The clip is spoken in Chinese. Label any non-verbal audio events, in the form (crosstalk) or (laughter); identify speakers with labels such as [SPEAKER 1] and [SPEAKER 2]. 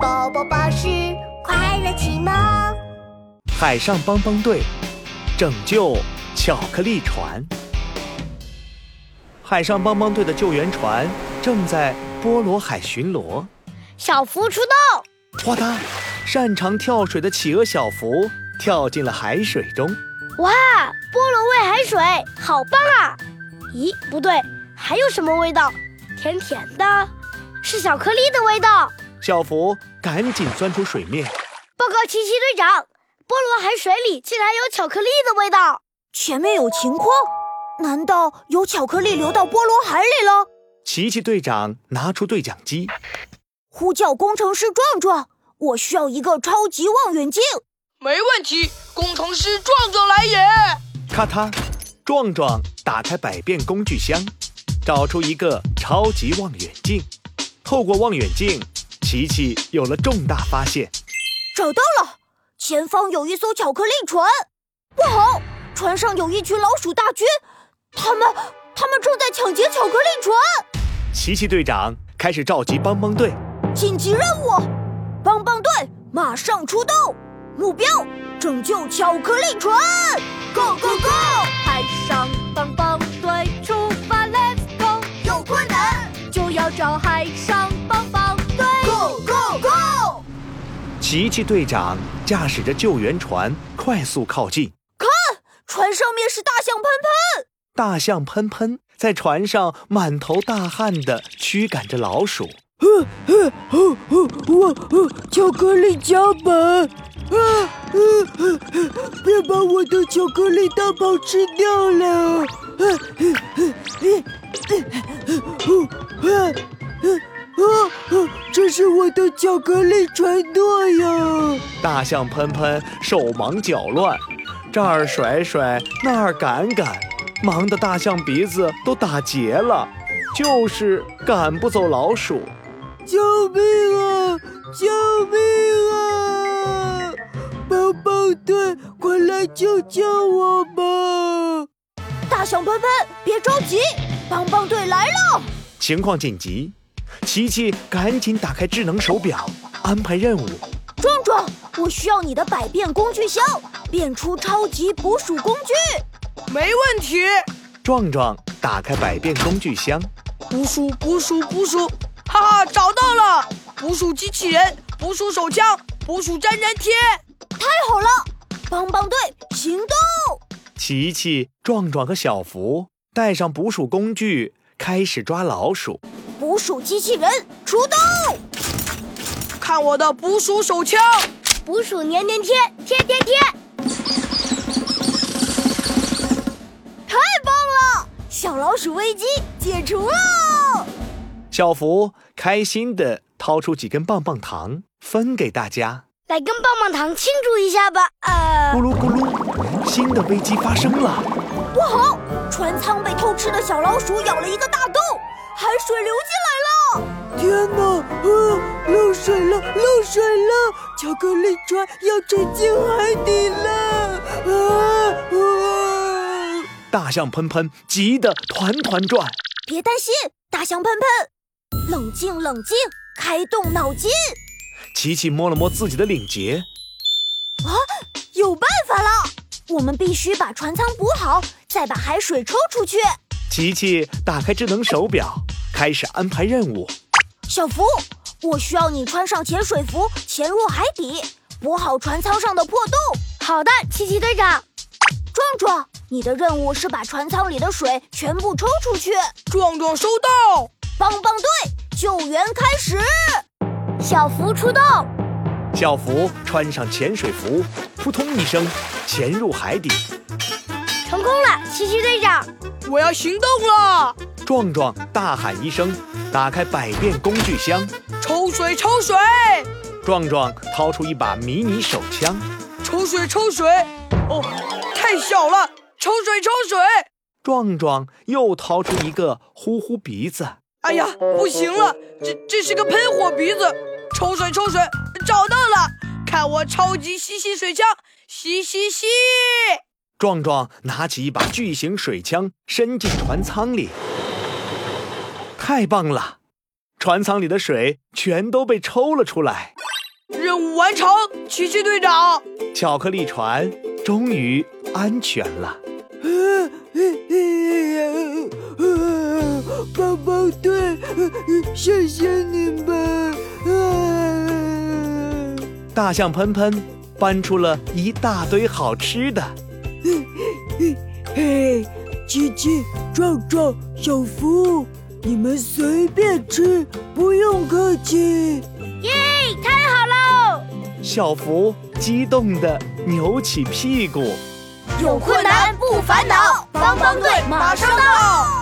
[SPEAKER 1] 宝宝巴士快乐启蒙。
[SPEAKER 2] 海上帮帮队拯救巧克力船。海上帮帮队的救援船正在波罗海巡逻。
[SPEAKER 3] 小福出动，
[SPEAKER 2] 哗嗒，擅长跳水的企鹅小福跳进了海水中。
[SPEAKER 3] 哇，菠萝味海水，好棒啊！咦，不对，还有什么味道？甜甜的，是巧克力的味道。
[SPEAKER 2] 小福赶紧钻出水面。
[SPEAKER 3] 报告奇奇队长，菠萝海水里竟然有巧克力的味道。
[SPEAKER 4] 前面有情况，难道有巧克力流到菠萝海里了？
[SPEAKER 2] 琪琪队长拿出对讲机，
[SPEAKER 4] 呼叫工程师壮壮，我需要一个超级望远镜。
[SPEAKER 5] 没问题，工程师壮壮来也。
[SPEAKER 2] 咔嗒，壮壮打开百变工具箱，找出一个超级望远镜。透过望远镜，琪琪有了重大发现。
[SPEAKER 4] 找到了，前方有一艘巧克力船。不好，船上有一群老鼠大军，他们他们正在抢劫巧克力船。
[SPEAKER 2] 琪琪队长开始召集帮帮队。
[SPEAKER 4] 紧急任务，帮帮队马上出动，目标拯救巧克力船。Go go go！
[SPEAKER 6] 海上帮帮队出发，Let's go！
[SPEAKER 4] 有困难
[SPEAKER 6] 就要找海上帮帮队。
[SPEAKER 4] ，Go go go！
[SPEAKER 2] 琪琪队长驾驶着救援船快速靠近，
[SPEAKER 4] 船上面是大象喷喷。
[SPEAKER 2] 大象喷喷在船上满头大汗地驱赶着老鼠。
[SPEAKER 4] 哦哦，我哦，巧克力脚本啊！呃呃呃别把我的巧克力大炮吃掉了！ (laughs) 啊呃呃呃呃呃呃呃呃这是我的巧克力船舵呀！
[SPEAKER 2] 大象喷喷手忙脚乱，这儿甩甩，那儿赶赶，忙得大象鼻子都打结了，就是赶不走老鼠。
[SPEAKER 4] 救命啊！救命啊！帮帮队，快来救救我吧！大象喷喷，别着急，帮帮队来了！
[SPEAKER 2] 情况紧急，琪琪赶紧打开智能手表，安排任务。
[SPEAKER 4] 壮壮，我需要你的百变工具箱，变出超级捕鼠工具。
[SPEAKER 5] 没问题，
[SPEAKER 2] 壮壮打开百变工具箱，
[SPEAKER 5] 捕鼠捕鼠捕鼠，哈哈，找到了！捕鼠机器人，捕鼠手枪，捕鼠粘粘贴。
[SPEAKER 4] 太哎好了，帮帮队行动！
[SPEAKER 2] 琪琪、壮壮和小福带上捕鼠工具，开始抓老鼠。
[SPEAKER 4] 捕鼠机器人出动！
[SPEAKER 5] 看我的捕鼠手枪，
[SPEAKER 3] 捕鼠粘粘贴，贴贴贴。
[SPEAKER 4] 太棒了，小老鼠危机解除了！
[SPEAKER 2] 小福开心地掏出几根棒棒糖，分给大家。
[SPEAKER 3] 来根棒棒糖庆祝一下吧。呃，
[SPEAKER 2] 咕噜咕噜，新的危机发生了。
[SPEAKER 4] 不好，船舱被偷吃的小老鼠咬了一个大洞，海水流进来了！天哪，啊，漏水了，漏水了！巧克力船要沉进海底了！啊啊！
[SPEAKER 2] 大象喷喷急得团团转。
[SPEAKER 4] 别担心，大象喷喷，冷静冷静，开动脑筋，
[SPEAKER 2] 琪琪摸了摸自己的领结，
[SPEAKER 4] 有办法了！我们必须把船舱补好，再把海水抽出去。
[SPEAKER 2] 琪琪打开智能手表，开始安排任务。
[SPEAKER 4] 小福，我需要你穿上潜水服，潜入海底，补好船舱上的破洞。
[SPEAKER 3] 好的，奇奇队长。
[SPEAKER 4] 壮壮，你的任务是把船舱里的水全部抽出去。
[SPEAKER 5] 壮壮收到。
[SPEAKER 4] 帮帮队，救援开始！
[SPEAKER 3] 小福出动，
[SPEAKER 2] 小福穿上潜水服，扑通一声潜入海底。
[SPEAKER 3] 成功了，奇奇队长。
[SPEAKER 5] 我要行动了，
[SPEAKER 2] 壮壮大喊一声，打开百变工具箱。
[SPEAKER 5] 抽水抽水，
[SPEAKER 2] 壮壮掏出一把迷你手枪，
[SPEAKER 5] 抽水抽水。哦，太小了，抽水抽水。
[SPEAKER 2] 壮壮又掏出一个呼呼鼻子。
[SPEAKER 5] 哎呀，不行了，这这是个喷火鼻子！抽水抽水，找到了！看我超级吸吸水枪，吸吸吸！
[SPEAKER 2] 壮壮拿起一把巨型水枪，伸进船舱里。太棒了！船舱里的水全都被抽了出来。
[SPEAKER 5] 任务完成，奇奇队长。
[SPEAKER 2] 巧克力船终于安全了。
[SPEAKER 3] 啊帮帮队，谢谢你们！啊，
[SPEAKER 2] 大象喷喷搬出了一大堆好吃的。
[SPEAKER 3] 嘿，琪琪、壮壮、小福，你们随便吃，不用客气。
[SPEAKER 4] 哎，太好喽！
[SPEAKER 2] 小福激动地扭起屁股。
[SPEAKER 4] 有困难不烦恼，帮帮队马上到。